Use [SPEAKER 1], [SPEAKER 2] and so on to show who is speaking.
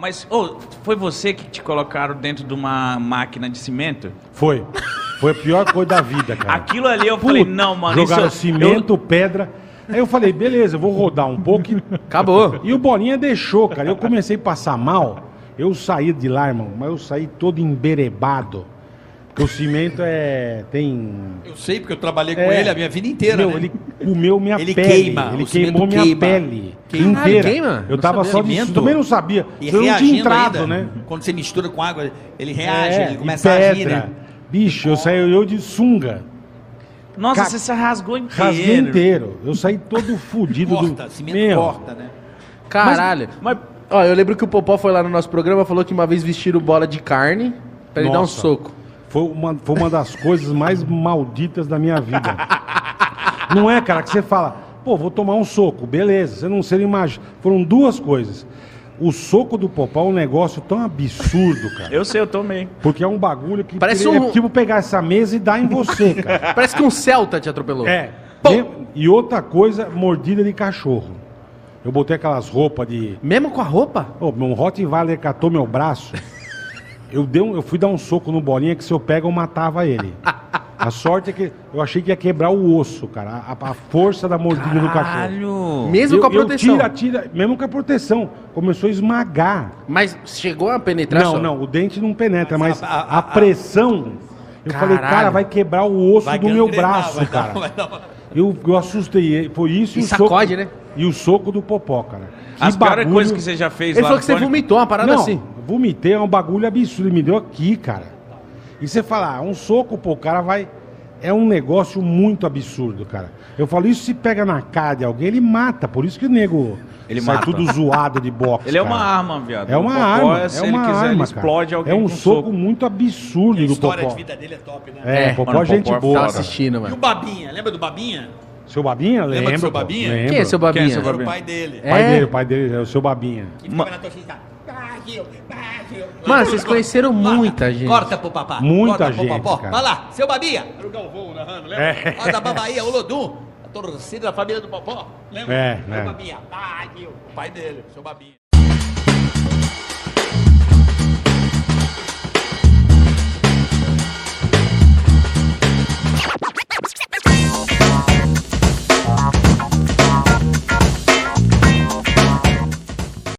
[SPEAKER 1] Mas ô, foi você que te colocaram dentro de uma máquina de cimento?
[SPEAKER 2] Foi. Foi a pior coisa da vida, cara.
[SPEAKER 1] Aquilo ali eu falei, não, mano,
[SPEAKER 2] É. Jogaram
[SPEAKER 1] isso-
[SPEAKER 2] cimento, pedra. Aí eu falei, beleza, eu vou rodar um pouco. e-
[SPEAKER 3] Acabou.
[SPEAKER 2] E o Bolinha deixou, cara. Eu comecei a passar mal. Eu saí de lá, irmão, mas eu saí todo emberebado. Porque o cimento é. tem.
[SPEAKER 4] Eu sei, porque eu trabalhei com
[SPEAKER 2] É.
[SPEAKER 4] ele a minha vida inteira.
[SPEAKER 2] Meu,
[SPEAKER 4] né?
[SPEAKER 2] ele comeu minha
[SPEAKER 4] Ele
[SPEAKER 2] pele.
[SPEAKER 4] queima,
[SPEAKER 2] Ele
[SPEAKER 4] o cimento
[SPEAKER 2] queimou minha
[SPEAKER 4] queima.
[SPEAKER 2] pele
[SPEAKER 4] Queima.
[SPEAKER 2] inteira.
[SPEAKER 3] Ah, ele queima?
[SPEAKER 2] Eu
[SPEAKER 3] Não
[SPEAKER 2] tava
[SPEAKER 3] sabia.
[SPEAKER 2] só de.
[SPEAKER 4] Cimento.
[SPEAKER 2] Também não sabia.
[SPEAKER 4] E
[SPEAKER 2] eu não tinha
[SPEAKER 4] reagindo
[SPEAKER 2] um entrado,
[SPEAKER 4] ainda,
[SPEAKER 2] né?
[SPEAKER 4] Quando você mistura com água, ele reage,
[SPEAKER 2] É,
[SPEAKER 4] ele
[SPEAKER 2] e
[SPEAKER 4] começa a agir, né?
[SPEAKER 2] Bicho, eu saí eu de sunga.
[SPEAKER 1] Nossa,
[SPEAKER 2] Ca-
[SPEAKER 1] você se rasgou inteiro.
[SPEAKER 2] Rasguei inteiro. Eu saí todo fudido
[SPEAKER 4] Corta,
[SPEAKER 2] Tipo do.
[SPEAKER 4] cimento
[SPEAKER 2] Meu,
[SPEAKER 4] corta, né?
[SPEAKER 3] Caralho.
[SPEAKER 2] Mas
[SPEAKER 3] Ó, eu lembro que o Popó foi lá no nosso programa falou que uma vez vestiram bola de carne pra ele dar um
[SPEAKER 2] Nossa.
[SPEAKER 3] soco.
[SPEAKER 2] foi uma, foi uma das coisas mais malditas da minha vida. Não é, cara, que você fala, pô, vou tomar um soco, beleza. Você não, você não imagina. Foram duas coisas. O soco do Popó é um negócio tão absurdo, cara.
[SPEAKER 1] Eu sei, eu tomei.
[SPEAKER 2] Porque é um bagulho que
[SPEAKER 3] Parece
[SPEAKER 2] é
[SPEAKER 3] um-
[SPEAKER 2] tipo pegar essa mesa e dar em você, cara.
[SPEAKER 3] Parece que um Celta te atropelou.
[SPEAKER 2] é.
[SPEAKER 3] Pum.
[SPEAKER 2] Lem- E outra coisa, mordida de cachorro. Eu botei aquelas roupas de.
[SPEAKER 3] Mesmo com a roupa?
[SPEAKER 2] Ô, meu um Rottweiler catou meu braço. Eu, dei um- eu fui dar um soco no bolinha que se eu pego eu matava ele. A sorte é que eu achei que ia quebrar o osso, cara. A, a força da mordida do cachorro.
[SPEAKER 1] Caralho.
[SPEAKER 3] Mesmo
[SPEAKER 2] Eu-
[SPEAKER 3] com a
[SPEAKER 2] eu
[SPEAKER 3] proteção.
[SPEAKER 2] tira, tira, mesmo com a proteção. Começou a esmagar.
[SPEAKER 3] Mas chegou a penetração?
[SPEAKER 2] Não, não, o dente não penetra, mas,
[SPEAKER 4] Mas
[SPEAKER 2] a,
[SPEAKER 4] a- a-
[SPEAKER 2] pressão. Eu
[SPEAKER 3] Caralho.
[SPEAKER 2] falei, cara, vai quebrar o osso do meu
[SPEAKER 4] gangrenar,
[SPEAKER 2] braço,
[SPEAKER 4] vai dar-
[SPEAKER 2] cara.
[SPEAKER 4] vai dar uma-
[SPEAKER 2] Eu, eu assustei. Foi isso
[SPEAKER 3] E
[SPEAKER 2] o
[SPEAKER 3] sacode,
[SPEAKER 2] soco,
[SPEAKER 3] né?
[SPEAKER 2] E o soco do popó, cara. Que
[SPEAKER 1] As piores
[SPEAKER 2] bagulho-
[SPEAKER 1] coisas que você já fez
[SPEAKER 3] Ele
[SPEAKER 1] lá
[SPEAKER 3] falou
[SPEAKER 1] no
[SPEAKER 3] que você
[SPEAKER 1] Pânico-
[SPEAKER 3] vomitou uma parada
[SPEAKER 2] Não,
[SPEAKER 3] assim.
[SPEAKER 2] vomitei, é um bagulho absurdo. Ele me deu aqui, cara. E você fala, ah, um soco, pô, o cara vai. É um negócio muito absurdo, cara. Eu falo, isso se pega na cara de alguém, ele mata. Por isso que o nego
[SPEAKER 1] Ele
[SPEAKER 2] sai
[SPEAKER 1] mata.
[SPEAKER 2] tudo zoado de boxe.
[SPEAKER 1] Ele é uma
[SPEAKER 2] cara.
[SPEAKER 1] arma, viado.
[SPEAKER 2] É uma
[SPEAKER 1] O Popó,
[SPEAKER 2] arma.
[SPEAKER 1] Se
[SPEAKER 2] é uma
[SPEAKER 1] ele quiser,
[SPEAKER 2] arma,
[SPEAKER 1] ele
[SPEAKER 2] cara.
[SPEAKER 1] explode alguém
[SPEAKER 2] É um
[SPEAKER 1] com
[SPEAKER 2] soco, muito absurdo
[SPEAKER 4] A
[SPEAKER 2] Tipo do
[SPEAKER 4] história
[SPEAKER 2] Popó.
[SPEAKER 4] de vida dele é top, né?
[SPEAKER 2] É,
[SPEAKER 3] É,
[SPEAKER 2] Popó
[SPEAKER 1] mano,
[SPEAKER 2] é gente
[SPEAKER 1] Popó é
[SPEAKER 2] boa.
[SPEAKER 3] Tava
[SPEAKER 1] foda.
[SPEAKER 2] cara.
[SPEAKER 3] assistindo,
[SPEAKER 4] E o
[SPEAKER 3] mano.
[SPEAKER 4] Babinha, lembra do Babinha?
[SPEAKER 2] Seu Babinha?
[SPEAKER 4] Lembra do
[SPEAKER 2] Lembra.
[SPEAKER 4] seu
[SPEAKER 2] pô,
[SPEAKER 4] Babinha?
[SPEAKER 2] lembro.
[SPEAKER 3] Quem é seu
[SPEAKER 1] Quem
[SPEAKER 3] babinha?
[SPEAKER 1] é seu
[SPEAKER 4] Era o
[SPEAKER 1] Babinha.
[SPEAKER 4] pai dele.
[SPEAKER 3] É?
[SPEAKER 2] Pai dele, pai dele, é o seu Babinha.
[SPEAKER 4] Que ficava na torcida. Brasil, Brasil.
[SPEAKER 3] Mano, vocês conheceram
[SPEAKER 4] Corta,
[SPEAKER 3] muita gente.
[SPEAKER 4] Corta pro papá.
[SPEAKER 2] Muita
[SPEAKER 4] corta pro
[SPEAKER 2] gente,
[SPEAKER 4] papá.
[SPEAKER 2] cara.
[SPEAKER 4] Vai lá, seu Babinha. Era o Galvão narrando, lembra?
[SPEAKER 2] É.
[SPEAKER 4] Lá da Bahia, o Lodum. A torcida da família do Popó. Lembra?
[SPEAKER 2] É,
[SPEAKER 4] Seu
[SPEAKER 2] é.
[SPEAKER 4] Babinha. Brasil. O pai dele, seu Babinha.